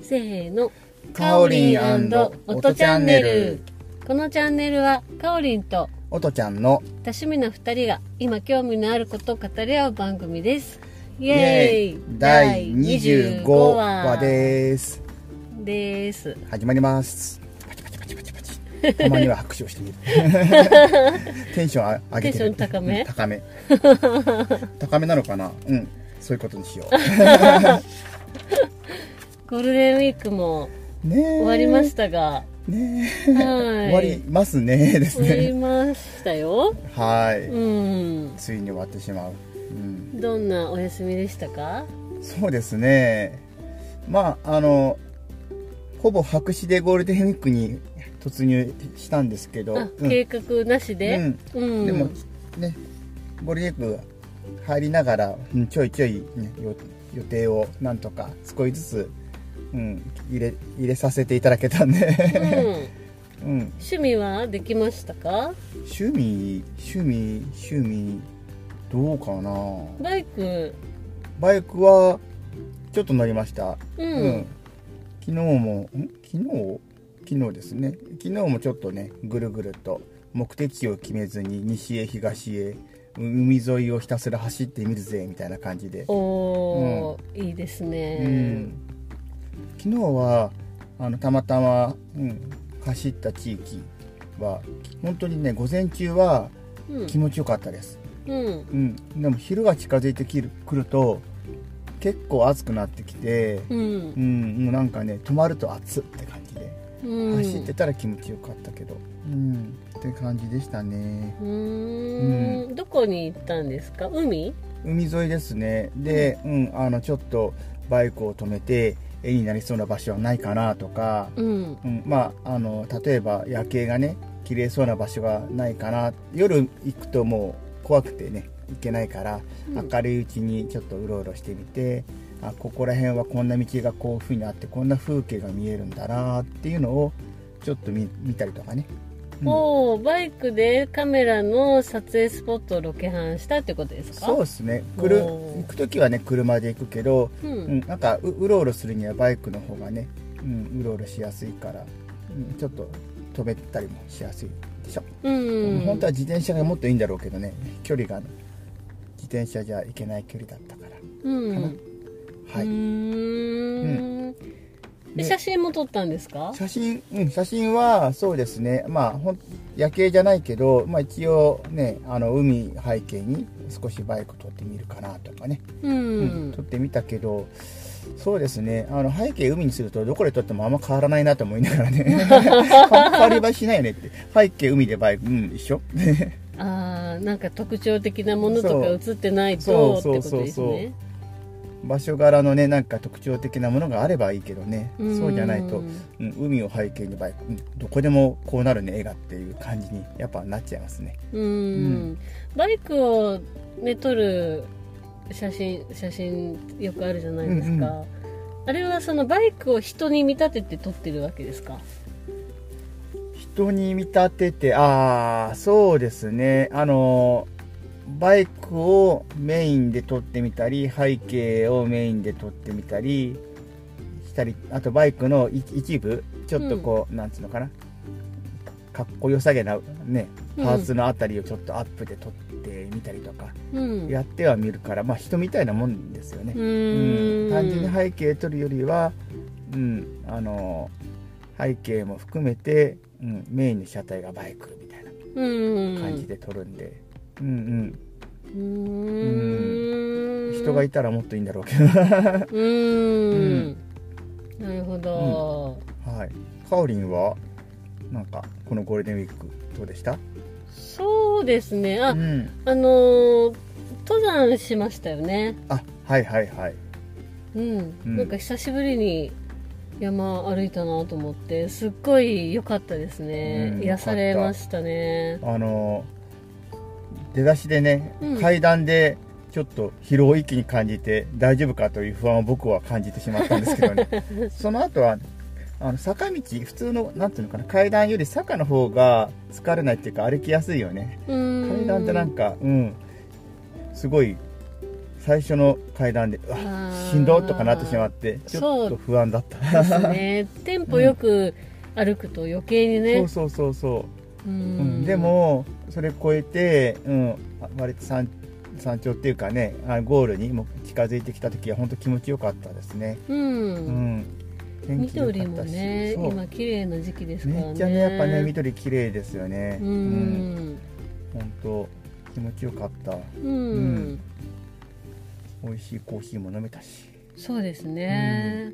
せーの。かおりんおとチャンネル。このチャンネルは、かおりんとおとちゃんの多趣味な二人が今興味のあることを語り合う番組です。イイエーイ第25話ですです。始ま りますパチパチパチパチパチたまには拍手をしてみるテンション上げてるテンション高めう ん高め高めなのかなうんそういうことにしよゴールデンウィークも うねえ終わりましたが、ねえはい終わりますねです終わりねましたよ。はい、うん。ついに終わってしまう、うん、どんなお休みでしたかそうですねまああのほぼ白紙でゴールデンウィークに突入したんですけど、あ、うん計画なしで、うんでもねゴールデンウィーク入りながら、うんちょいちょい、ね、よ予定をなんとか少しずつ、うん、入れ入れさせていただけたんうで、んうん、趣味はできましたか趣味趣味趣味どうかなバイク、バイクはちょっと乗りましたううんん、昨日もん昨日昨日ですね昨日もちょっとねぐるぐると目的地を決めずに西へ東へう海沿いをひたすら走ってみるぜみたいな感じで、おー、いいですね、うん、昨日はあのたまたま、うん、走った地域は本当にね午前中はうん気持ちよかったです、うんうん、でも昼が近づいてきるくると結構暑くなってきて、うんうん、もうなんかね止まると暑って感じでうん走ってたら気持ちよかったけど、うん、って感じでしたねうーんどこに行ったんですか海海沿いですねで、うんあのちょっとバイクを止めて絵になりそうな場所はないかなとか、うんうんまああの例えば夜景がね綺麗そうな場所がないかな夜行くともう怖くてね行けないから、うん明るいうちにちょっとうろうろしてみてあここら辺はこんな道がこういう風にあってこんな風景が見えるんだなっていうのをちょっと見見たりとかね、うんおーバイクでカメラの撮影スポットをロケハンしたってことですかそうですねくるおー行く時はね車で行くけど、ううんん、なんかううろうろするにはバイクの方がね、うん、うろうろしやすいから、うん、ちょっと止めたりもしやすいでしょ、うん本当は自転車がもっといいんだろうけどね距離が自転車じゃ行けない距離だったからうんかはうい、ーんでで写真も撮ったんですか写真、うん、写真はそうですね、まあ、ほん夜景じゃないけど、まあ、一応ね、あの海背景に少しバイク撮ってみるかなとかね、ううん撮っんてみたけど、そうですね、あの背景海にすると、どこで撮ってもあんま変わらないなと思いながらね、 変わり映えしないよねって、背景海でバイク、うん、一緒あーなんか特徴的なものとかそう写ってないそとうってことそうですそうね場所柄のね、なんか特徴的なものがあればいいけどね、そうじゃないとう。んうん、海を背景にバイク、うん、どこでもこうなるね映画っていう感じにやっぱなっちゃいますねうん、バイクをね撮る写真写真よくあるじゃないですか、うんあれはそのバイクを人に見立てて撮ってるわけですか人に見立ててああそうですねあのバイクをメインで撮ってみたり背景をメインで撮ってみたりしたりあとバイクのい一部ちょっとこう、なんつうのかなかっこよさげなねパーツのあたりをちょっとアップで撮ってみたりとか、うんやってはみるからまあ人みたいなもんですよね、ううんん単純に背景撮るよりは、うん、あの背景も含めて、うん、メインの車体がバイクみたいなうん感じで撮るんで、うんううんん、人がいたらもっといいんだろうけど はうん、なるほど、いかおりんはなんかこのゴールデンウィークどうでしたそうですねあ、うん、あのー登山しましたよねあはいはいはいうん、うんなんか久しぶりに山歩いたなと思ってすっごい良かったですね、うん癒されましたねあの出だしでね、うん階段でちょっと疲労を一気に感じて大丈夫かという不安を僕は感じてしまったんです けどねその後はあの坂道普通のなんていうのかな階段より坂の方が疲れないっていうか歩きやすいよねうん階段ってなんかうんすごい最初の階段でうわあーしんどっとかなってしまってちょそっうと不安だったですねテンポよく歩くと余計にね、 そうそうそうそうう、んうん、でもそれ越えて、うん、あ割と山山頂っていうかねあゴールにも近づいてきた時は本当気持ちよかったですね、う、うんん、天気良か緑っもたしねそう今綺麗な時期ですからねめっちゃねやっぱね緑綺麗ですよねうんうん、本当気持ちよかったん美味しいコーヒーも飲めたしそうですね、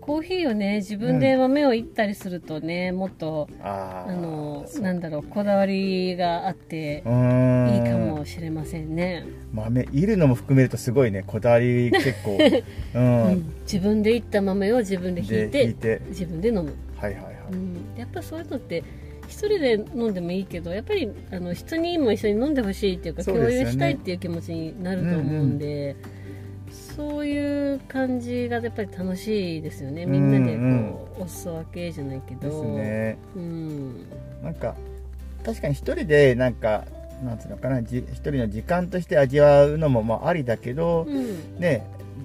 コーヒーをね自分で豆をいったりするとね、もっとああーのそうなんだろうこだわりがあってうーんいいかもしれませんね、豆いるのも含めるとすごいねこだわり結 構ううんん、自分でいった豆を自分でひいで引いてて自分で飲む、はいはいはい、うん、やっぱそういうのって一人で飲んでもいいけどやっぱりあの人にも一緒に飲んでほしいっていうかそう共ですよね有したいっていう気持ちになると思うんで、そういう感じがやっぱり楽しいですよねみんなでこう、お裾分けじゃないけどですねうんなんか確かに一人でなんかなんつうのかなじ一人の時間として味わうのもまあありだけど、うんね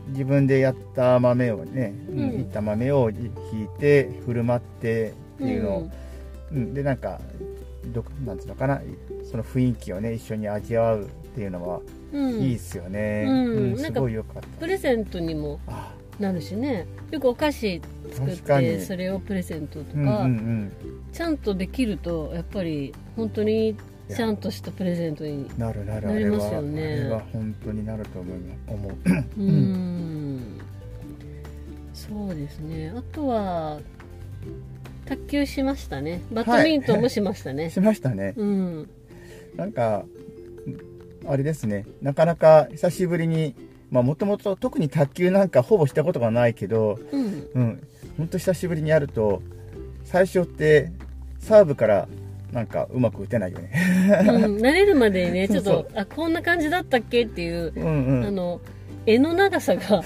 自分でやった豆をね、んいった豆をひいて振る舞ってっていうのを、うんうん、でなんかどなんつうのかないその雰囲気をね一緒に味わうっていうのはうんいいっすよね、うんうんすごいよかったプレゼントにもあなるしねよくお菓子作っ確かにてそれをプレゼントとうんうんか、うんちゃんとできるとやっぱり本当にちゃんとしたプレゼントになるなるあなりれますは、よねあれは本当になる と思います思ううんんそうですねあとは卓球しましたねバドミントンもしましたね、しましたねうんなんかあれですねなかなか久しぶりにまあもともと特に卓球なんかほぼしたことがないけどうんうん本当久しぶりにやると最初ってサーブからなんかうまく打てないよね うん慣れるまでにねちょっそうとあこんな感じだったっけっていう、うんうんあの柄の長さが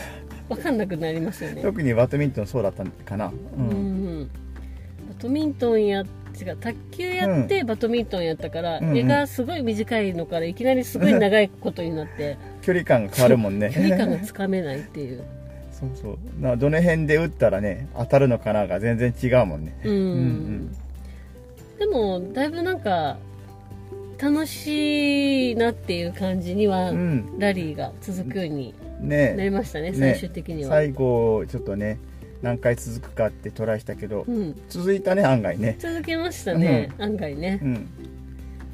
分かんなくなりますよね特にバドミントンそうだったんかな、ううんんバドミントンや違う卓球やってバドミントンやったから、うんうん絵がすごい短いのからいきなりすごい長いことになって距離感が変わるもんね距離感がつかめないっていう そうそうなどの辺で打ったらね当たるのかなが全然違うもんね、うんんでもだいぶなんか楽しいなっていう感じには、うん、ラリーが続くようになりねましたねね最終的には、最後ちょっとね何回続くかってトライしたけど、うん、続いたね案外ね続けましたね、案外ねうんやっ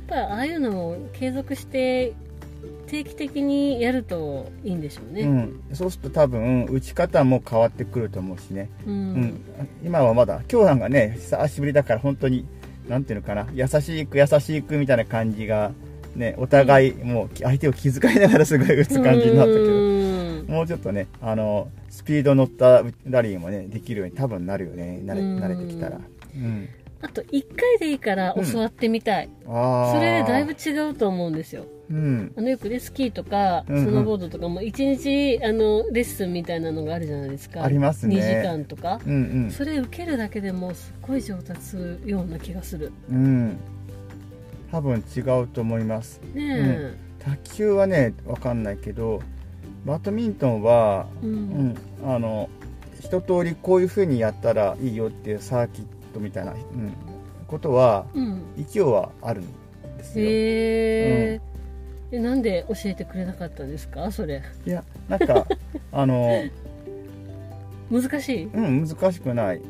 ぱああいうのも継続して定期的にやるといいんでしょううね、ん、そうすると多分打ち方も変わってくると思うしね、ううんん今はまだ今日なんかね久しぶりだから本当になんていうのかな優しく優しくみたいな感じが、ね、お互いもう相手を気遣いながらすごい打つ感じになったけど、どもうちょっとね、あの、スピード乗ったラリーもね、できるように多分なるよね。慣れうん慣れてきたら。うん。あと1回でいいから教わってみたい、ああ。それでだいぶ違うと思うんですようん。あのよくねスキーとかスうんうんノーボードとかも1日あのレッスンみたいなのがあるじゃないですかありますね2時間とか、うんそれ受けるだけでもすっごい上達するような気がするうん。うん。多分違うと思います。ね卓球はね、わかんないけど、バドミントンは、え、うんうん、あの、一通りこういう風にやったらいいよっていうサーキットみたいな、うん、ことは、うん一応はあるんですよ。へえ、えなんで教えてくれなかったんですかそれいや、なんか、 あの、難しいうん難しくない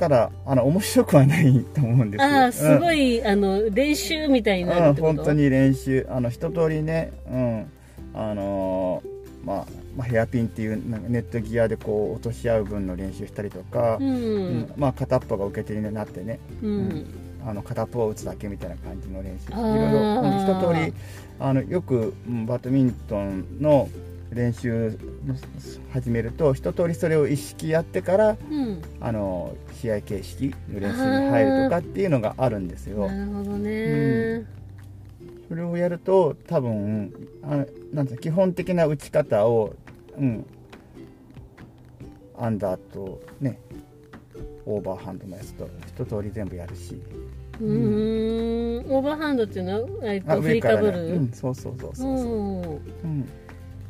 ただあの面白くはないと思うんですよああすごい、い、あの練習みたいにうんなるうっんてこと本当に練習あの一通りねうんあのーまあ、まあヘアピンっていうなんかネットギアでこう落とし合う分の練習したりとか、うんまあ、片っぽが受け手になってねうん、うんあの片っぽを打つだけみたいな感じの練習いあろーいろ、うん一通りあのよくうんバドミントンの練習の始めると一通りそれを意識やってからうんあの試合形式の練習に入るとかっていうのがあるんですよなるほどね、うそれをやると多分あなんていうの基本的な打ち方を、うん、アンダーとねオーバーハンドのやつと一通り全部やるしうーんオーバーハンドっていうのはえっあと振上りかからぶねる、うん、そうそうそうそう、おーうん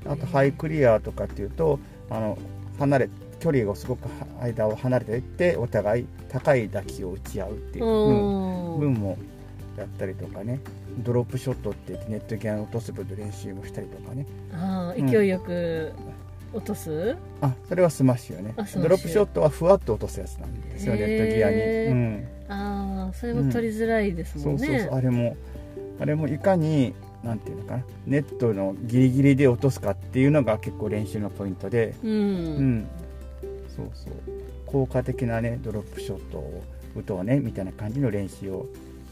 あとハイクリアとかっていうとあの離れ距離がすごくは間を離れていってお互い高い打球を打ち合うっていう、うんおー分もやったりとかねドロップショットって言ってネット際に落とす分の練習もしたりとかねあうーん勢いよく落とす、あそれはスマッシュよねあスマッシュドロップショットはふわっと落とすやつなんですよへネーット際に、うん、ああそれも取りづらいですそもんうそうそう、ね、あれもあれもいかになんていうのかなネットのギリギリで落とすかっていうのが結構練習のポイントで、ううんんそうそう効果的なねドロップショットを打とうねみたいな感じの練習を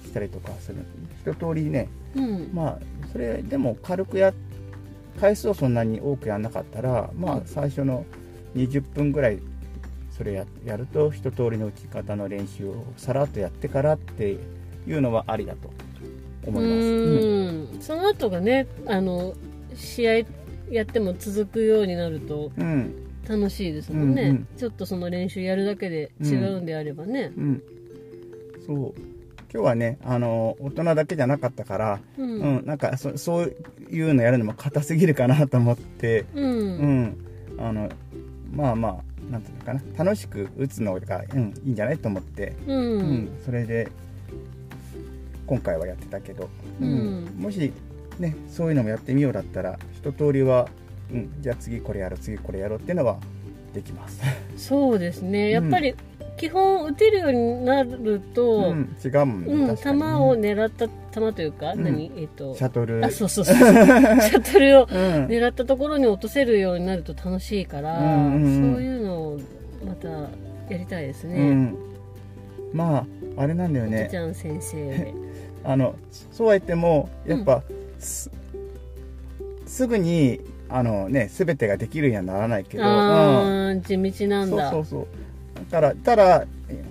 したりとかする一通りねうんまあそれでも軽くや回数をそんなに多くやらなかったらまあ最初の20分ぐらいそれややると一通りの打ち方の練習をさらっとやってからっていうのはありだと思います。うんうんその後がねあの試合やっても続くようになるとうん楽しいですもんね、うんうんちょっとその練習やるだけで違うんであればね、うん、そう今日はねあの大人だけじゃなかったから、うんううんんなんかそそういうのやるのも硬すぎるかなと思って、うんうん、あのまあまあなんていうのかな楽しく打つのが、うん、いいんじゃないと思って、うんそれで今回はやってたけど、うんもし、ね、そういうのもやってみようだったら一通りは、うん、じゃあ次これやろう次これやろうっていうのはできます。そうですねやっぱり基本打てるようになるうと、ん、違うもんね、うん確球かをに狙った球というか、うん何えっ、とシャトルあそうそうそう シャトルをうん狙ったところに落とせるようになると楽しいから、うんうんうんそういうのをまたやりたいですうね。ん、まああれなんだよおとちねゃん先生あのそうは言ってもやっぱ、すすぐにあの、ね、全てができるにはなら ないけど、あうんー地道なんだそうそうそうだからただ、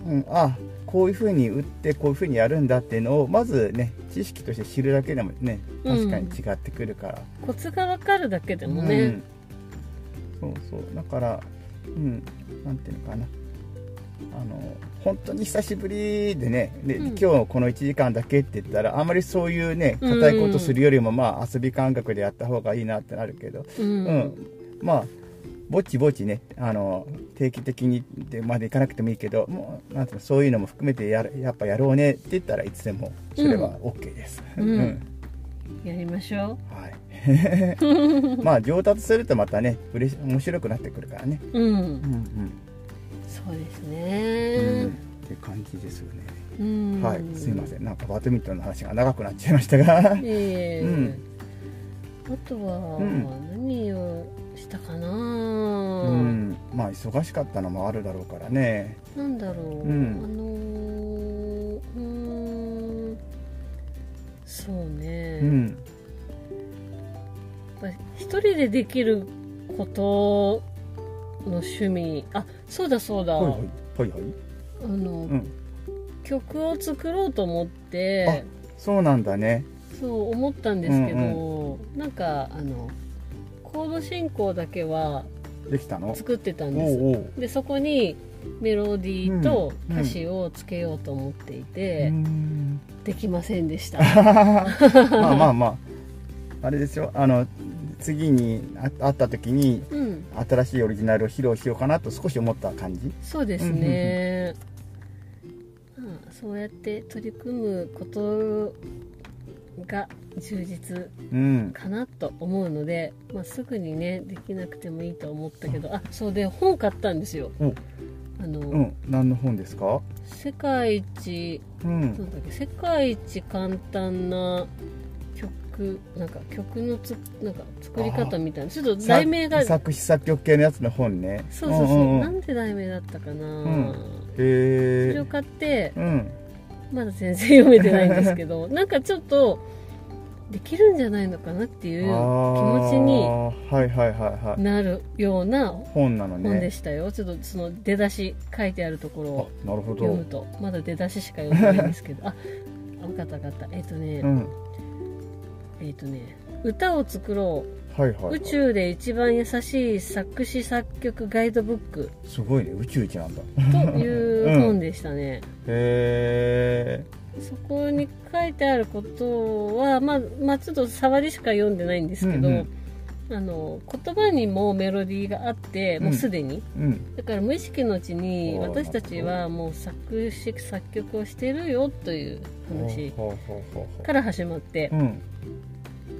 うん、あこういうふうに打ってこういうふうにやるんだっていうのをまずね知識として知るだけでもね確かに違ってくるから、コツが分かるだけでうんもね、そうそうだからうんなんていうのかなあの本当に久しぶりでねで、うん今日この1時間だけって言ったらあんまりそういうね硬いことするよりも、まあ遊び感覚でやった方がいいなってなるけどうんうん、まあぼちぼちねあの定期的にでまでいかなくてもいいけどもうなんていうのそういうのも含めてやるやっぱやろうねって言ったらいつでもそれは OK です。うんやりましょはい まあ上達するとまたね嬉し面白くなってくるからね。ううんんそうですうん、っねていう感じですよね。うん。はいすいませんなんかバドミントンの話が長くなっちゃいましたが ええうんあとは、うん何をしたかな、うん、まあ忙しかったのもあるだろうからね。なんだろう、うんあのーうーんそうね、うん、やっぱ一人でできることの趣味あそうだそうだ、はいはいはいはい。あの、うん、曲を作ろうと思ってそうなんだね。そう思ったんですけど、なんかあのコード進行だけはできたの。作ってたんですおうおうでそこにメロディーとうん歌詞をつけようと思っていうーて、 んできませんで した、まあまあまああれですよあの次にあ会った時にうん、新しいオリジナルを披露しようかなと少し思った感じそうですね、まあそうやって取り組むことが充実うんかなと思うので、まあ、すぐにねできなくてもいいと思ったけどあそうで本買ったんですよおあの、うん何の本ですか世界一うなんんだっけ世界一簡単な曲なんか曲のつなんか作り方みたいなちょっと題名がさそう作詞作曲系のやつの本ねそうそう、んんなうんんて題名だったかな、んそれへをえ買ってうんまだ全然読めてないんですけ どなんかちょっとできるんじゃないのかなっていう気持ちにあーはいはいはいはいなるような本なのね本でしたよ、ちょっとその出だし書いてあるところをあなるほ読むどとまだ出だししか読んでないんですけどあ分かった分かったえっ、とね、うんえっ、とね歌を作ろ、はいはいうはい宇宙で一番優しい作詞作曲ガイドブックすごいね宇宙一なんだへというんう本でしたね、えそこに書いてあることはまあ、まあ、ちょっと触りしか読んでないんですけど、うんうんあの言葉にもメロディーがあって、もうすでにうんだから無意識のうちにおー私たちはもう作詞作曲をしてるよという話ほうほうほうほから始まってううん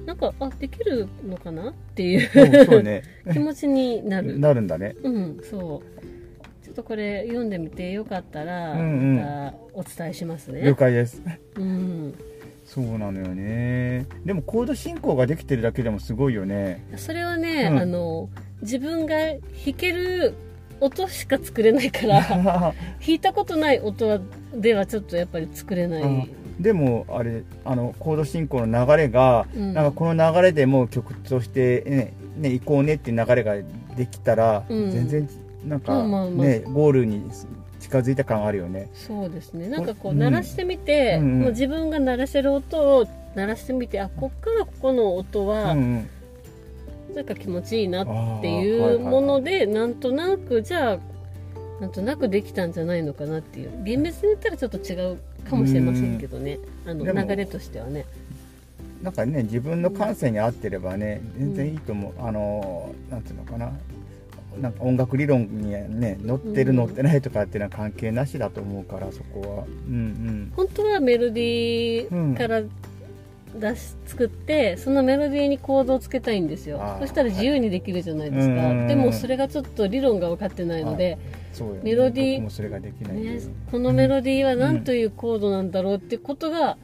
なんかあできるのかなっていううんそう ね気持ちになるなるんだねうんそうちょっとこれ読んでみてよかったらうんうんまたお伝えしますね了解ですうんそうなのよねでもコード進行ができてるだけでもすごい よねそれはね、うんあの自分が弾ける音しか作れないからあ弾いたことない音はではちょっとやっぱり作れない、ーでもあれあのコード進行の流れがうんなんかこの流れでもう曲としてね、ね、行こうねっていう流れができたら、うん全然なんか、まあまあまあねゴールに近づいた感あるよね。そうですねなんかこううん鳴らしてみて、うんうんもう自分が鳴らせる音を鳴らしてみてあこっからここの音は、うんなんか気持ちいいなうっん、ていうもあーはいはいはいので、なんとなくじゃあなんとなくできたんじゃないのかなっていう厳密に言ったらちょっと違うかもしれませんけどねあのでも流れとしてはねなんかね自分の感性に合ってればね全然いいと思う、あのなんていうのかななんか音楽理論にね乗ってるうん乗ってないとかっていうのは関係なしだと思うからそこはうん本当はメロディーから出し作ってそのメロディーにコードをつけたいんですよあーそしたら自由にできるじゃないですか、はいでもそれがちょっと理論が分かってないので、うんそうよ、ね、メロディー僕もそれができないんだねよね、このメロディーは何というコードなんだろうってことが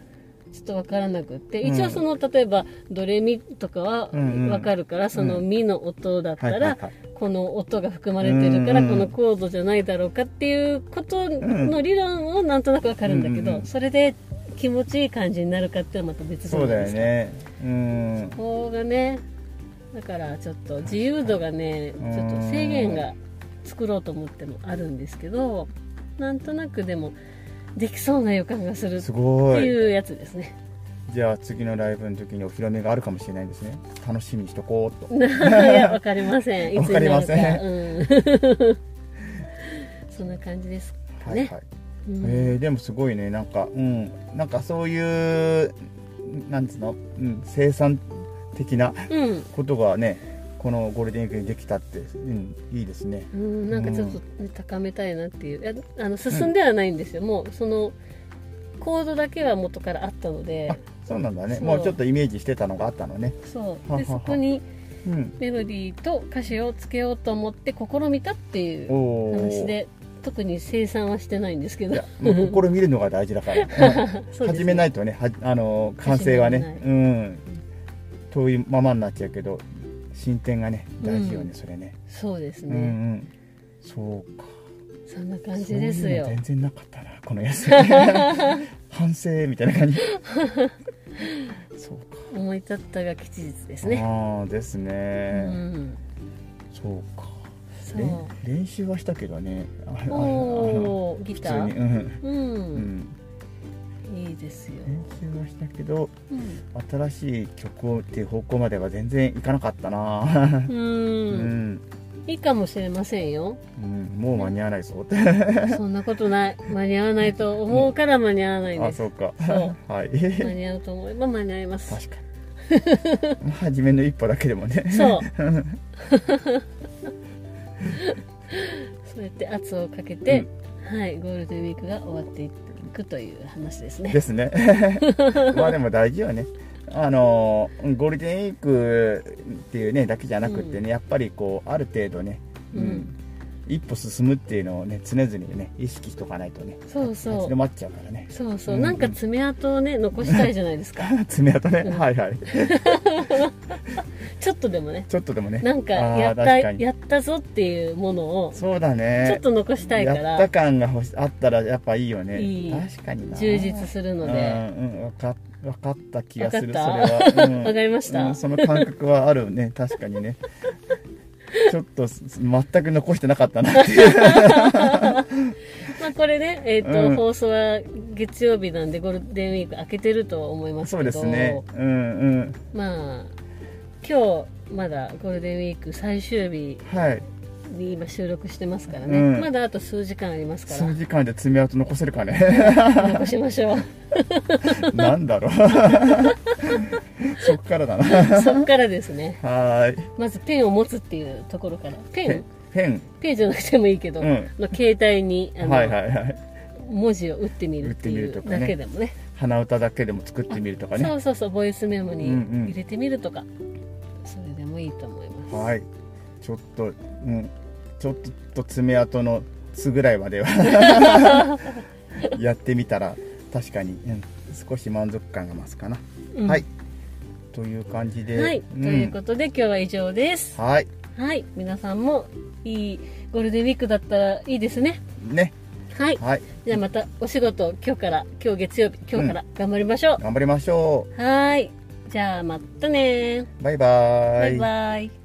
ちょっと分からなくって、うん一応その例えばドレミとかはうんうん分かるから、そのミの音だったはいら、はいはいこの音が含まれてるから、うんうんこのコードじゃないだろうかっていうことの理論をなんとなく分かるんだけど、うんうんそれで気持ちいい感じになるかっていうのはまた別じゃそなういだでよすか。ねうんここがねだからちょっと自由度がねうんちょっと制限が作ろうと思ってもあるんですけどなんとなくでもできそうな予感がするってすごいいうやつです ねじゃあ次のライブの時にお披露目があるかもしれないですね楽しみにしとこうといやわかりませんいつになるかわかりませんうん、 そんな感じです、はいはい、ねうんえーでもすごいねなんかうんなんかそういうなんつうの、うん、生産的なうんことがねこのゴールデンウィークにできたって、うん、いいですねうん、なんかちょっとね、高めたいなっていういやあの進んではないんですよ、もうそのコードだけは元からあったのであそうなんだねそうもうちょっとイメージしてたのがあったのねそうははでそこにうんメロディーと歌詞をつけようと思って試みたっていうおお話で特に生産はしてないんですけいどやもう心見るのが大事だから、うん 始めないいとねはあの完成が始めねらうん遠いままになっちゃうけど進展がね大事よね、うんそれねそうですうんうね、んそうかそんな感じですよそういうの全然なかったなこの休 み反省みたいな感じそうか思い立ったが吉日ですねああですうね、んそうかそれんう練習はしたけどねあああおのおーギ普タ通にーうん、う、うんん、いいですよ、練習はしたけどうん新しい曲をっていう方向までは全然いかなかったなううんん、いいかもしれませんようん、もう間に合わないぞってそんなことない間に合わないと思うから間に合わないんあですそうかそうはい間に合うと思えば間に合います確かに初めの一歩だけでも ねそうそうやって圧をかけて、はい、ゴールデンウィークが終わっていくという話ですねで すね。まあでも大事よね。あのうんゴールデンウィークっていうねだけじゃなくってね、うんやっぱりこうある程度ね、うん一歩進むっていうのをね常々ね意識しとかないとねそうそう立ち止まっちゃうからね そうそう、うんなんか爪痕をね残したいじゃないですか 爪痕ね、うんはいはいちょっとでもねちょっとでもねなんかあーやった確かにやったぞっていうものをそうだねちょっと残したいかやったら感が欲しあったらやっぱいいよねいい確かにな充実するので、うんうん、分か分かった気がするそれわかは、 うんわかりましたうんその感覚はあるね確か にねちょっとす全く残してなかったなっていうまあ、これね、えーとうん放送は月曜日なんでゴールデンウィーク明けてるとは思い ますけどそうですねうんうんまあ今日まだゴールデンウィーク最終日はいで今収録してますからね、うんまだあと数時間ありますか数時間で爪痕残せるか ねら残しましょう な んだろうそっからだなそっからですねはーいまずペンを持つっていうところからペペンペンペンじゃなくてもいいけど、うんの携帯にあの、はいはいはい文字を打ってみるってい打ってみるとうかねだけでもね鼻歌だけでも作ってみるとかねそうそうそうボイスメモにうんうん入れてみるとか、それでもいいと思います、はいちょっとうんちょっと爪痕の「つ」ぐらいまでは やってみたら確かに、うん少し満足感が増すかな、うんはいという感じではい、んということで今日は以上ですはいはい皆さんもいいゴールデンウィークだったらいいですねねはいはいじゃあまたお仕事今日から今日月曜日今日から頑張りましょう、頑張りましょはーいじゃあまたねうバイバーバイバイ